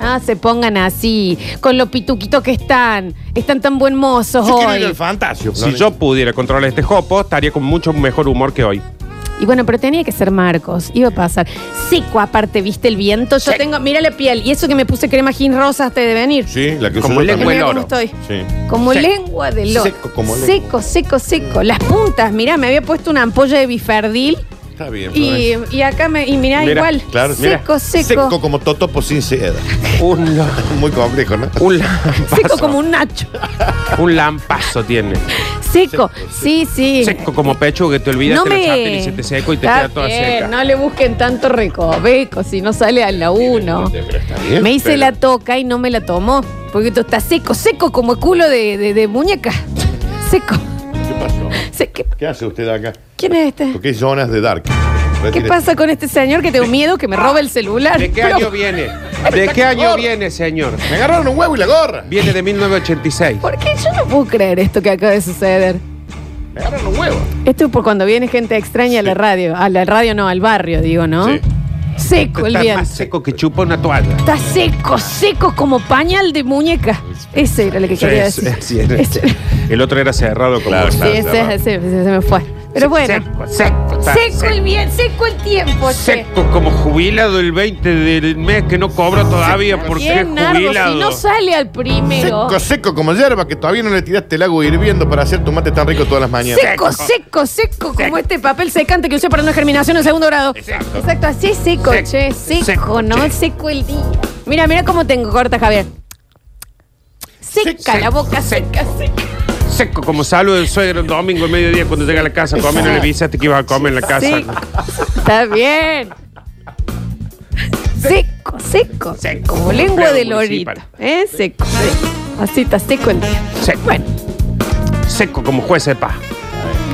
Ah, se pongan así, con lo pituquitos que están. Están tan buen mozos Yo quiero ir hoy. al fantasio. Si yo pudiera controlar este jopo, estaría con mucho mejor humor que hoy. Y bueno, pero tenía que ser Marcos, iba a pasar. Seco, aparte, viste el viento. Yo Sí. tengo, mira la piel, y eso que me puse crema gin rosa antes de venir. Sí, la que Como uso yo lengua también. Mira el cómo oro. estoy. Sí. Como Sí. lengua de loco. Seco como lengua. seco, seco, seco. Las puntas, mirá, me había puesto una ampolla de biferdil Está bien. y, Florencia. y acá me. Y mirá, Mirá, igual. claro, mirá. seco, seco. Seco como totopo sin seda. Un, la- Muy complejo, ¿no? un lampazo. Seco como un nacho. Un lampazo tiene. Seco. Sí, sí. Seco como pechuga, que te olvidas que lo chapel y se te seco y te Está queda toda bien, seca. eh, No le busquen tanto recoveco, si no sale a la uno. bien, Me hice pero- la toca y no me la tomó. Porque esto está seco, seco como el culo de, de, de muñeca. Seco. ¿Qué pasó? Se- ¿qué- ¿Qué hace usted acá? ¿Quién es este? Porque hay zonas de dark. ¿Qué Retire- pasa con este señor que tengo miedo que me robe el celular? ¿De qué Pero- año viene? ¿De qué año viene, señor? Me agarraron un huevo y la gorra. Viene de 1986. ¿Por qué yo no puedo creer esto que acaba de suceder? Me agarraron un huevo. Esto es por cuando viene gente extraña a la radio. A la radio no, al barrio, digo, ¿no? Sí. Seco el Este Está viento. más seco que chupa una toalla. Está seco, seco como pañal de muñeca. Ese era lo que quería Pues, Sí, decir. sí, sí, Ese- sí. El otro era cerrado como Claro, Sí, claro. ese, ese- ese se me fue. Pero bueno. Seco, seco, está Seco el bien, seco el tiempo, che. Seco como jubilado el 20 del mes que no cobro todavía por ser Bien, Nardo, jubilado. si no sale al primero. Seco, seco como hierba que todavía no le tiraste el agua hirviendo para hacer tu mate tan rico todas las mañanas. Seco, seco, seco, como este papel secante que usé para una germinación en segundo grado. Exacto. Exacto, así seco, Seco, che, seco, seco, ¿no? che. Seco el día. Mira, mira cómo tengo corta, Javier. Seca Seco, la boca, seca, seca. Seco como salud del suegro el domingo al mediodía cuando llega a la casa comer, no le avisaste que ibas a comer en la casa. Seco. Está bien. Seco, seco. Seco. Como lengua de Empleado lorito. municipal. ¿Eh? Seco, seco. Así está seco el día. Seco. Bueno, Seco como juez de paz.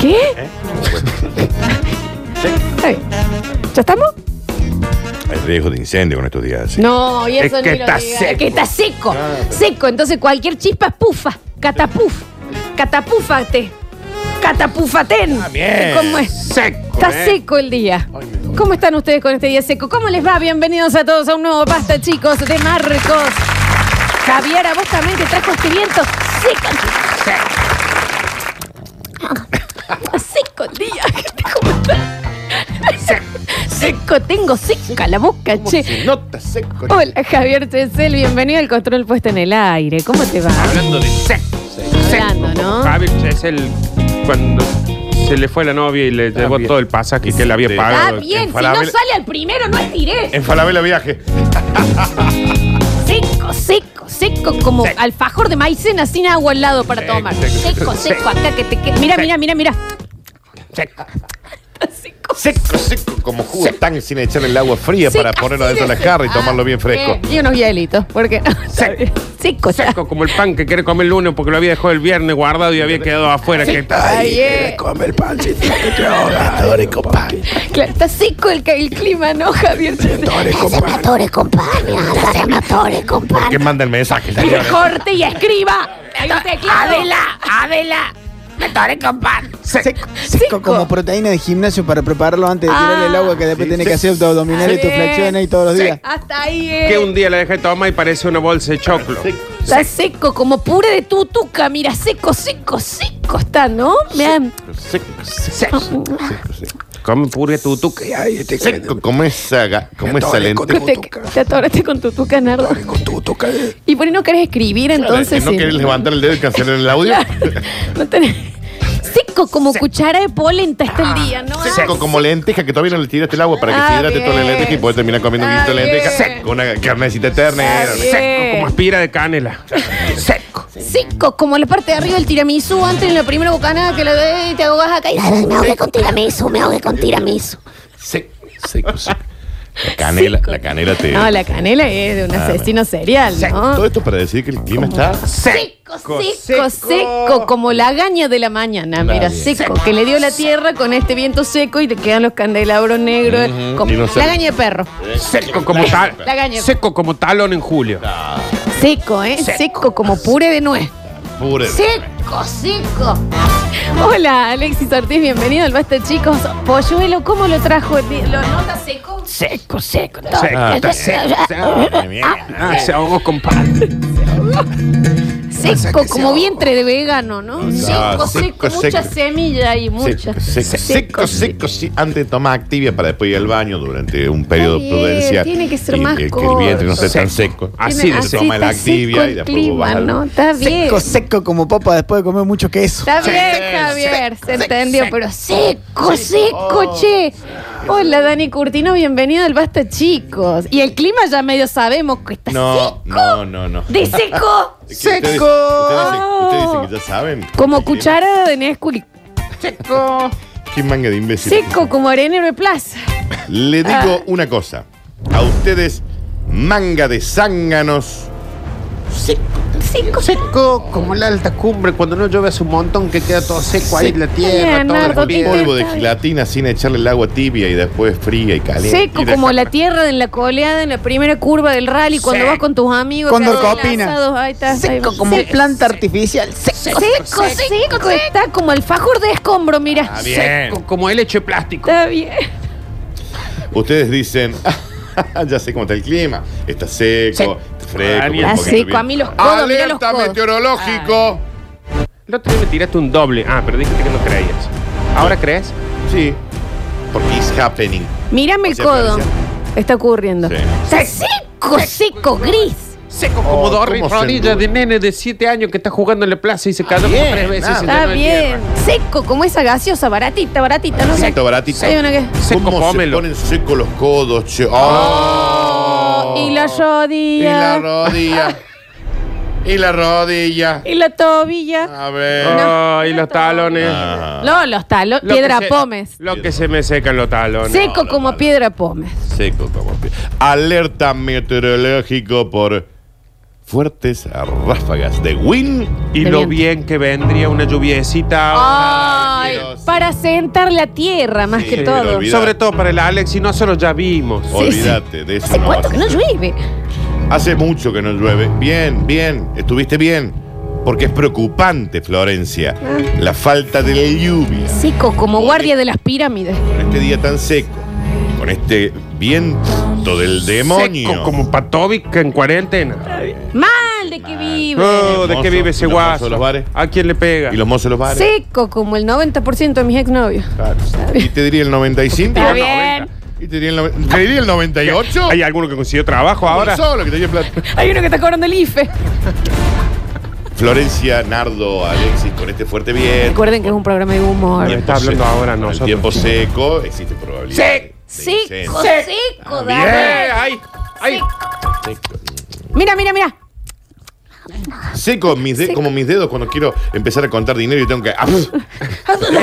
¿qué? ¿Eh? Está bien. ¿Ya estamos? Hay riesgo de incendio con estos días. sí. No, y eso Es que ni lo está diga. seco. Ah. Es que está seco. Seco. Entonces cualquier chispa es pufa. Catapuf. Catapúfate. Catapufaten. Ah, bien. ¿Cómo es? Seco. Está eh. seco el día. ¿Cómo están ustedes con este día seco? ¿Cómo les va? Bienvenidos a todos a un nuevo Basta, chicos, de Marcos. Javier, a vos también que trajo este viento seco. Seco el día. gente, ¿Cómo está? Seco, tengo seca la boca, ¿Cómo che. se nota seco? Hola, Javier Tesel, bienvenido al control puesto en el aire. ¿Cómo te va? Hablando de seco. Hablando, seco, como ¿no? Javier es el cuando se le fue la novia y le llevó bien. todo el pasaje que le había Sí. pagado. Está bien, si no Infalable. sale al primero, no estiré. En Falabella viaje. Seco, seco, seco, como Seco. alfajor de maicena sin agua al lado para Seco, tomar. seco, Seco, seco. seco, acá que te queda. Mira, Seco. mira, mira, mira. Seco. Seco. Seco, seco como jugo tan sin echarle el agua fría para Seco, ponerlo así adentro de la seco. jarra y tomarlo bien Ah, fresco. bien. Y unos hielitos, porque. Seco. Seco, seco. Seco como el pan que quiere comer el lunes porque lo había dejado el viernes guardado y había quedado afuera. Que está Ay, eh. Come el pancito que te ahoga. Adore, compadre. Claro, está seco el, ca- el clima, ¿no, Javier? Senatore compagna, senatore compagna. Que manda el mensaje, Que señores. corte y escriba. Hay un teclado. Adela, Adela, senatore compagna. Seco. Seco. como proteína de gimnasio para prepararlo antes de Ah. tirarle el agua que después Sí, tiene sí. que hacer tu abdominal y Sí. tu flexiones y todos los Sí. días. Hasta ahí, eh. Que un día la dejé tomar y parece una bolsa de choclo. Está seco, como puré de tutuca. Mira, seco, seco, seco está, ¿no? Me han- Seco, seco, seco, seco. Come puré tutuca. Seco como esa, ga- como esa lente. Te, te atoraste con tutuca, Nardo. Y por ahí no querés escribir, entonces. ¿No sí. querés levantar el dedo y cancelar el audio? No tenés- Seco como cuchara de polenta está el día, ¿no? Seco como lenteja, que todavía no le tiraste el agua para que Ah, se hidrate toda la bien. lenteja y puedes terminar comiendo un guiso de Ah, lenteja. bien. Seco, una carnecita eterna. Ah, bien. Seco como aspira de canela. Seco. Seco como la parte de arriba del tiramisú antes en la primera bocanada que lo de y te ahogás acá. y- Me ahogué con tiramisu, me ahogué con tiramisu. Seco, seco, seco. La canela, la canela te. No, la canela es de un asesino serial, Todo ¿no? esto para decir que el clima está. Seco, seco, seco, como la gaña de la mañana, mira, seco, que le dio la tierra con este viento seco y te quedan los candelabros negros, eh, como y no sé. la gaña de perro. Seco como, tal, La gaña. seco como talón en julio. Seco, ¿eh? Seco, como puré de nuez. Pura. Seco, seco. Hola, Alexis Ortiz, bienvenido al Basta, chicos. Polluelo, ¿cómo lo trajo? el día? ¿Lo nota seco? Seco, seco. todo. Seco, Ah, está- Ay, mierda. Ah, se ahogó con pan. Seco, como vientre de vegano, ¿no? seco, Ah, seco, seco, mucha seco. semilla y mucha. Seco, seco, seco, seco, sí. Antes toma activia para después ir al baño durante un periodo bien, prudencial. tiene que ser Y más que el corto. vientre no sea tan seco. Así Tiene- de se toma está la Activia seco y el después vos clima, vas al- ¿no? Está bien. Seco, seco como papa después de comer mucho queso. Está bien, Javier, se entendió, pero seco, seco, che. Hola, Dani Curtino, bienvenido al Basta, chicos. Y el clima ya medio sabemos que está No, seco. no, no, no. ¡De seco! Es que ustedes- Seco. Ustedes, dicen- ustedes dicen que ya saben. Ah. Como cuchara de Nesquik. Qué manga de imbécil. Seco Ah. como arena de plaza. Le digo una cosa. A ustedes, manga de zánganos. Seco. Seco como la alta cumbre, cuando no llueve hace un montón que queda todo seco ahí la tierra, Bien, todo Nardo, también. ¿qué Polvo de Está bien. gelatina sin echarle el agua tibia y después fría y caliente. Seco Y como deja- la tierra en la coleada en la primera curva del rally cuando vas con tus amigos. Cuando que hacen copinas. asados, ahí está, ahí va. Seco como seco, planta artificial. Seco. seco, seco, Está como alfajor de escombro, mira. Ah, bien. Seco como el hecho de plástico. Está bien. Ustedes dicen, ya sé cómo está el clima. Está seco, Seco. está fresco. Ah, con bien. un Ah, poquito seco, bien. a mí los codos, mirá los Alerta codos. meteorológico. El otro día me tiraste un doble. Ah, pero dijiste que no creías. ¿Ahora crees? Sí. Porque it's happening. Mírame el O sea, codo. Florencia. Está ocurriendo. Sí. Está seco, seco, gris. Seco Oh, como dos ¿cómo se rodillas endurece? de nene de 7 años que está jugando en la plaza y se cayó como bien, tres veces. nada. y se Está llenó de bien. tierra. Seco, como esa gaseosa, baratita, baratita. No sé. Exacto, baratito. Hay una que. Seco, ¿Cómo pómelo. se ponen secos los codos, che? ¡Oh! Y la Y la rodilla. rodilla. y la rodilla. Y la tobilla. A ver. Ay, los talones. Ah, No, los talos. Lo Piedra que se- pomes. Lo que se me secan los talones. Seco no, como no. piedra pomes. seco como pie. Alerta meteorológico por fuertes ráfagas de wind. Y De lo viento. bien que vendría una lluviecita. Ay, Dios. para sentar la tierra más Sí, que pero todo. olvidate. Sobre todo para el Alex, y nosotros ya vimos. Olvídate de eso. ¿Hace no cuánto vas a que no hacer. llueve? Hace mucho que no llueve. Bien, bien. Estuviste bien. Porque es preocupante, Florencia. Ah. La falta de lluvia. Seco como guardia de las pirámides. Con este día tan seco. Con este viento del demonio. Seco como Patovic en cuarentena. Mal de que vive. Oh, ¿De qué Hermoso. vive ese Y los mozos de guaso? los bares. ¿A quién le pega? Y los mozos de los bares. Seco como el 90% de mis exnovios. Claro. Y te diría el 95. Está bien. Y te diría el, noven- te diría el 98. ¿Hay alguno que consiguió trabajo ahora? Ahora. Solo que te diría plata. Hay uno que está cobrando el IFE. Florencia, Nardo, Alexis, con este fuerte viento. Recuerden que es un programa de humor. Bien. Está hablando ahora con nosotros. El tiempo seco, existe probabilidad. de- de Seco, incendio. seco, Bien, Ah, Daniel. ahí, ahí. Seco. Mira, mira, mira. Seco, mis de- como mis dedos cuando quiero empezar a contar dinero y tengo que.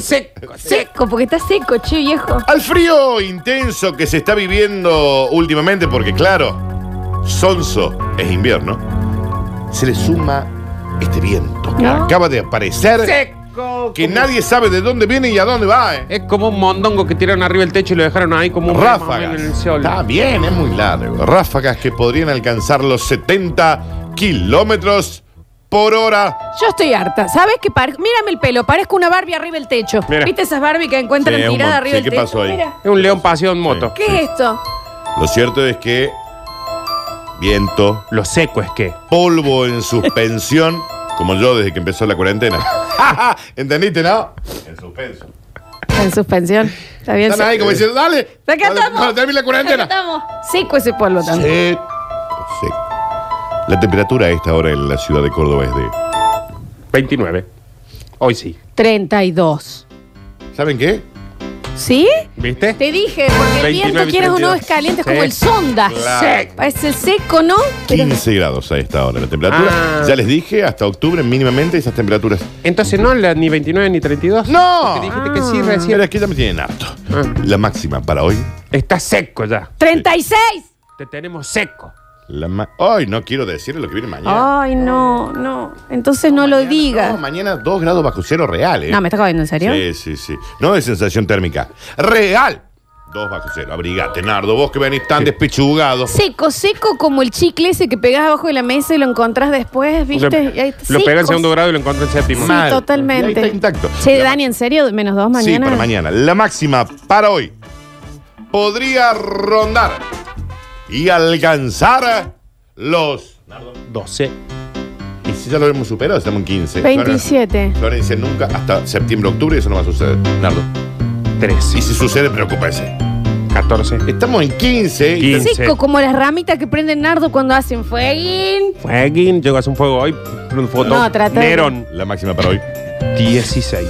Seco. Seco, porque está seco, che, viejo. Al frío intenso que se está viviendo últimamente, porque claro, sonso es invierno, se le suma este viento que No. acaba de aparecer, Seco. que como- nadie sabe de dónde viene y a dónde va. ¿eh? Es como un mondongo que tiraron arriba del techo y lo dejaron ahí como un Ráfagas. en el sol. Está bien, es muy largo. Ráfagas que podrían alcanzar los 70 kilómetros por hora. Yo estoy harta. ¿Sabes qué? pare- Mírame el pelo. Parezco una Barbie arriba del techo. Mira. ¿Viste esas Barbie que encuentran Sí, un tiradas mon- arriba sí, del ¿qué techo? pasó ahí? Mira. Es un león paseo en moto. ¿Qué es esto? Lo cierto es que viento, Lo seco es que. polvo en suspensión, como yo desde que empezó la cuarentena. ¿Entendiste, no? En suspenso. Está en suspensión. Está bien. Están ahí como diciendo, dale. Acá para- estamos. Para terminar la Acá cuarentena. estamos. Seco ese polvo también. Seco, seco. La temperatura a esta hora en la ciudad de Córdoba es de. 29. Hoy sí. 32. ¿Saben qué? ¿Sí? ¿Viste? Te dije, porque el 29, viento, quieres o no, es 32. caliente, es como el Sí. sonda. Claro. Parece seco, ¿no? Pero- 15 grados a esta hora la temperatura. Ah. Ya les dije, hasta octubre mínimamente esas temperaturas. Entonces no, la- ni 29 ni 32. ¡No! Porque dijiste que sí Pero recién. es que ya me tienen harto. Ah. La máxima para hoy. Está seco ya. 36. Te tenemos seco. La ma- Hoy no quiero decir lo que viene mañana. Ay, no, no. Entonces Ah, no, lo Mañana, digas. no, No, mañana 2 grados bajo cero real, ¿eh? me está cayendo, ¿en serio? Sí, sí, sí. No de sensación térmica. Real. 2 bajo cero. Abrigate, Nardo. Vos que venís tan despechugado. Seco, seco como el chicle ese que pegás abajo de la mesa y lo encontrás después, ¿viste? Y ahí está. Lo pega en Seco, segundo grado y lo encontró en séptimo. Sí, totalmente. Y ahí está intacto. Che, La- Dani, ¿en serio? ¿Menos dos Sí, mañana? para mañana. La máxima para hoy. podría rondar y alcanzar los 12. Y si ya lo hemos superado, estamos en 15. 27. Florencia, nunca hasta septiembre, octubre, eso no va a suceder, Nardo. 13. Y si sucede, preocúpese. 14. Estamos en 15. y- 15. Seco como las ramitas que prenden Nardo cuando hacen fueguín. Fueguín, llegó a hacer un fuego hoy. Un fotón. No, trata de- Nerón. La máxima para hoy. 16.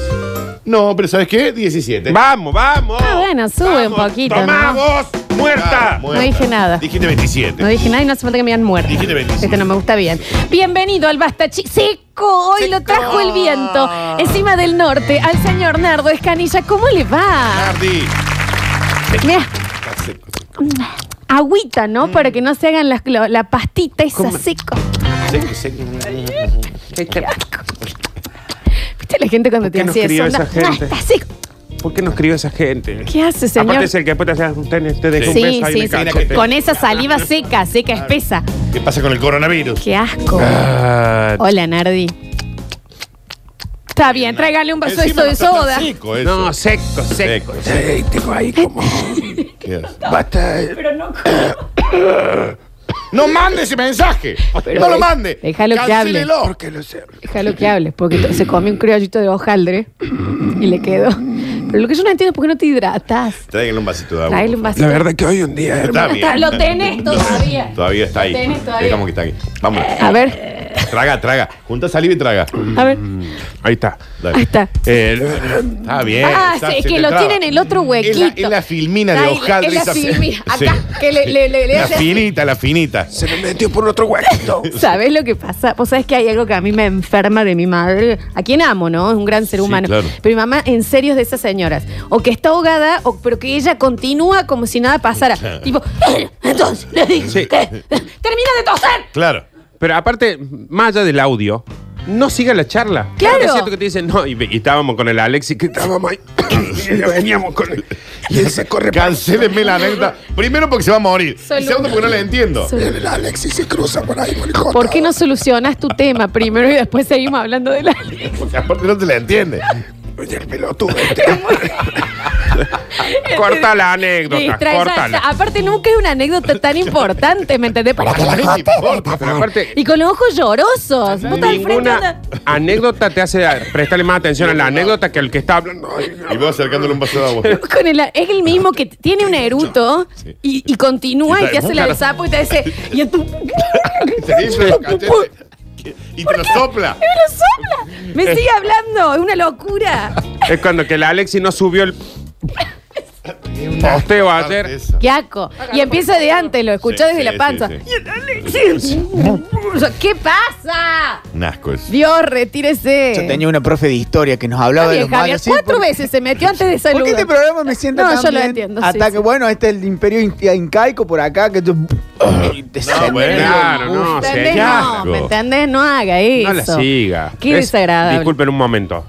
No, pero ¿sabes qué? 17. ¡Vamos, vamos! Ah, bueno, sube un poquito, ¡Tomá ¿no? vos! ¡Muerta! Ah, muerta. No dije nada. Dijiste 27. No dije nada y no hace falta que me digan muerto. Dijiste 25. Este no me gusta bien. Bienvenido al Basta Chi- Seco, hoy lo trajo el viento. Encima del norte, al señor Nardo Escanilla. ¿Cómo le va? Nardi. Mira, agüita, ¿no? Mm. Para que no se hagan las- lo- la pastita esa seco. Seco, seco. ¿Viste la gente cuando ¿Por te qué nos hacía crió eso? esa No, no, gente? está seco. ¿Por qué nos crió esa gente? ¿Qué hace, señor? Aparte es el que después te hace un tenis, te deja un Sí, beso ahí sí, en el sí. cachete. Con esa saliva seca, seca, espesa. ¿Qué pasa con el coronavirus? Qué asco. Ah, Hola, Nardi. Está bien, tráigale un vaso de Encima eso de está tan soda. Seco eso. no, seco, seco. Seco. Sí, tengo ahí como... ¿Qué hace? Basta. No mande ese mensaje. no lo mande. Déjalo que hable. Cancélelo. Que lo sé. Déjalo que hable, porque to- se comió un criollito de hojaldre y le quedó. Pero lo que yo no entiendo es por qué no te hidratas. Tráigale un vasito de agua. Tráele un vaso. La verdad que hoy un día... Está bien. Lo tenés todavía. Todavía está ahí. Lo tenés todavía. Digamos que está aquí. Vamos. A ver, Traga, traga. Junta saliva y traga. a ver. Ahí está. Dale. Ahí está. Eh, Está bien. Ah, está- sí, es se que te lo traba. tiene en el otro Es la, huequito. es la filmina de Ahí, hojaldre. es la esa- filmina. Acá, que le- le- le- le La hace así. finita, la finita. se me metió por otro huequito. ¿Sabes lo que pasa? Vos sabés que hay algo que a mí me enferma de mi madre, a quien amo, ¿no? Es un gran ser Sí, humano. claro. Pero mi mamá, en serio, es de esas señoras. O que está ahogada, o, pero que ella continúa como si nada pasara. Tipo, "Bueno, entonces, le dije Sí. que- termina de toser. Claro. Pero aparte, más allá del audio, no siga la charla. Claro. Es cierto que te dicen, no, y, ve- y estábamos con el Alexis, que estábamos ahí, y le veníamos con él. Y él se corre para- Cancélenme la anécdota. Primero porque se va a morir. Solo Y segundo porque no la entiendo. El Alexis se cruza por ahí, por el costado. ¿Por qué no solucionas tu tema primero y después seguimos hablando de la Porque aparte no te la entiende. Oye, el pelotudo. este. corta la anécdota, Distrae- ya- ya- córtala. Aparte, nunca es una anécdota tan importante, ¿me entendés? Para que la No corte. importa, Pero aparte, Y con los ojos llorosos. Vos estás al frente, ninguna onda- anécdota te hace prestarle más atención a la anécdota que al que está hablando. Ay, Y vos acercándole un vaso de agua. Con el- es el mismo que tiene un eruto y, y continúa Y y, te- te hace la del sapo y te dice. Y en tu. Y te dice, cachete. Y te lo sopla. sopla! ¡Me sigue hablando! ¡Es una locura! Es cuando que el Alexis no subió el posteo ayer. Esa. ¡Qué asco! Y empieza de antes, lo escuchó Sí, desde sí, la panza. sí, sí. Y el Alexis- ¿Qué pasa? Un asco eso. Dios, retírese. Yo tenía una profe de historia que nos hablaba Está bien, de los malos. Javier, sí, cuatro porque- veces se metió antes de saludar. ¿Por qué este programa me sienta No, tan yo lo bien? entiendo, sí, Hasta sí. que, bueno, este es el imperio in- incaico por acá, que tú... te sentí. bueno, Claro, no, ¿Entendés? señor. No, ¿me entendés? No haga eso. No la siga. Qué Es- desagradable. Disculpen un momento.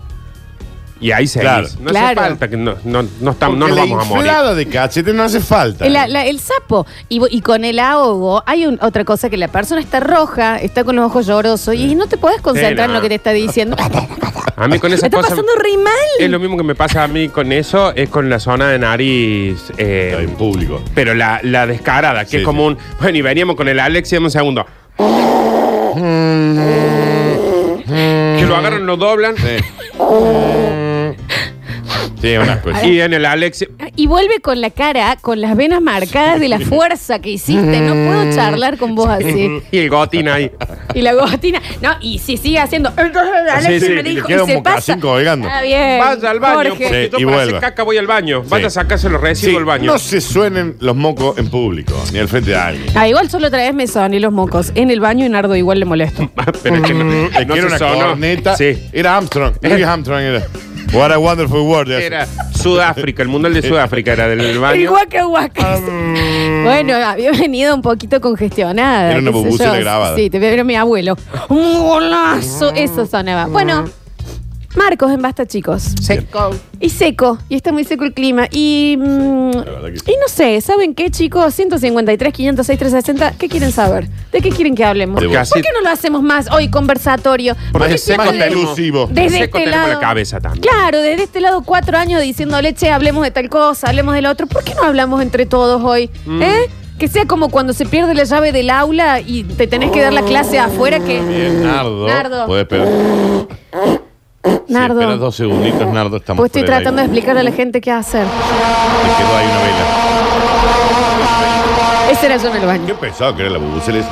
Y ahí seguís. Claro. No hace Claro. falta que no, no, no, estamos, no Porque nos la vamos a morir. inflada de cachete no hace falta. La- la- el sapo. Y, vo- y con el ahogo hay un- otra cosa que la persona está roja, está con los ojos llorosos y no te podés concentrar Sí, en no. lo que te está diciendo. A mí con Me esa está cosa. pasando re mal. Es lo mismo que me pasa a mí con eso, es con la zona de nariz. eh, En público. pero la, la descarada, que Sí, es como sí. un. Bueno, y veníamos con el Alex y dame un segundo. que lo agarran, lo doblan. Sí. Mm. Sí, un asco eso. Y en el Alex. Y vuelve con la cara, con las venas marcadas de la fuerza que hiciste. No Mm. puedo charlar con vos así. Y el gotín ahí. Y la gostina. No, y si sigue haciendo. Entonces el Alexis sí, me y te dijo, queda y un se pasa. mocasín colgando. Está bien. Vaya al baño, pues. Jorge. porque Sí, yo y para hacer vuelva. caca voy al baño. Vaya a sacarse los residuos Sí, al baño. No se suenen los mocos en público, ni al frente de alguien. Ah, igual solo traes me y los mocos. En el baño y Nardo igual le molesto. Pero es que no, Es que no era se mm, una sonó. corneta. Sí. Era Armstrong. Louis Armstrong era. What a wonderful world. de hace. Era Sudáfrica, el mundial de Sudáfrica era del El baño. guaca guaca. Bueno, había venido un poquito congestionada. Era una qué sé bubucela yo. grabada. Mm. Sí, te veo mi abuelo. Un golazo. Eso sonaba. Bueno, Marcos en Basta, chicos. Seco. Y seco, y está muy seco el clima. Y, mm, verdad que y no sé, ¿saben qué, chicos? 153, 506, 360, ¿qué quieren saber? ¿De qué quieren que hablemos? De ¿Por vos. qué no lo hacemos más hoy conversatorio? Porque ¿Por qué es seco siempre tenemos- elusivo. Desde seco este tenemos lado. la cabeza también. Claro, desde este lado cuatro años diciéndole, che, hablemos de tal cosa, hablemos del otro. ¿Por qué no hablamos entre todos hoy? ¿Eh? Que sea como cuando se pierde la llave del aula y te tenés que dar la clase afuera que... Bien, Nardo. Nardo. Puede esperar. Sí, espera Nardo, dos segunditos, Nardo. Estamos pues estoy fuera del tratando de aire. explicar a la gente qué hacer. Te quedó ahí una vela. Ese era yo en el baño. Qué pesado que era la bubucela esa.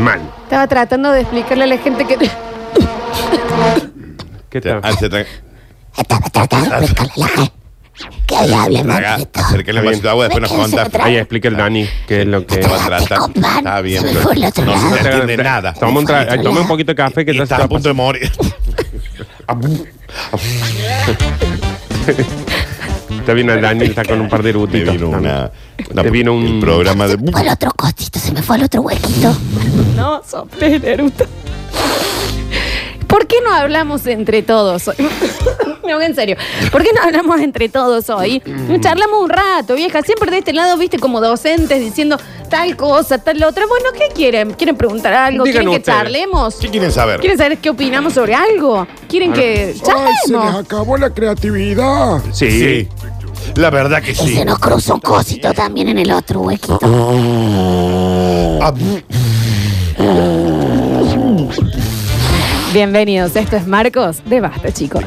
Mal. Estaba tratando de explicarle a la gente que. ¿Qué Te- tal? hace Ah, tra- Estaba tratando de relajar. Que hoy hablemos haga- de esto. Acércale un vasito de agua, después nos ¿Qué se contás. trata? Ahí explica el Dani qué es lo que. Estaba tratando. Compadre, Está bien. se me pero fue el otro No lado. se te entiende nada. Toma un, tra- eh, toma un poquito de café que te hace Está a punto de morir. Te vino el Dani, está con un par de Te rutitos. vino una. una- Te vino un- El programa de. Fue el otro cosito, se me fue el otro huequito. no, sople, Neruto. ¿Por qué no hablamos entre todos hoy? No, en serio. ¿Por qué no hablamos entre todos hoy? Charlamos un rato, vieja. Siempre de este lado, viste, como docentes diciendo tal cosa, tal otra. Bueno, ¿qué quieren? ¿Quieren preguntar algo? Digan ¿Quieren que ustedes. charlemos? ¿Qué quieren saber? ¿Quieren saber qué opinamos sobre algo? ¿Quieren que Ay, se les charlemos? acabó la creatividad. Sí. Sí. La verdad que Y sí. se nos cruzó un cosito también en el otro huequito. Ah, Bienvenidos. Esto es Marcos de Basta, chicos.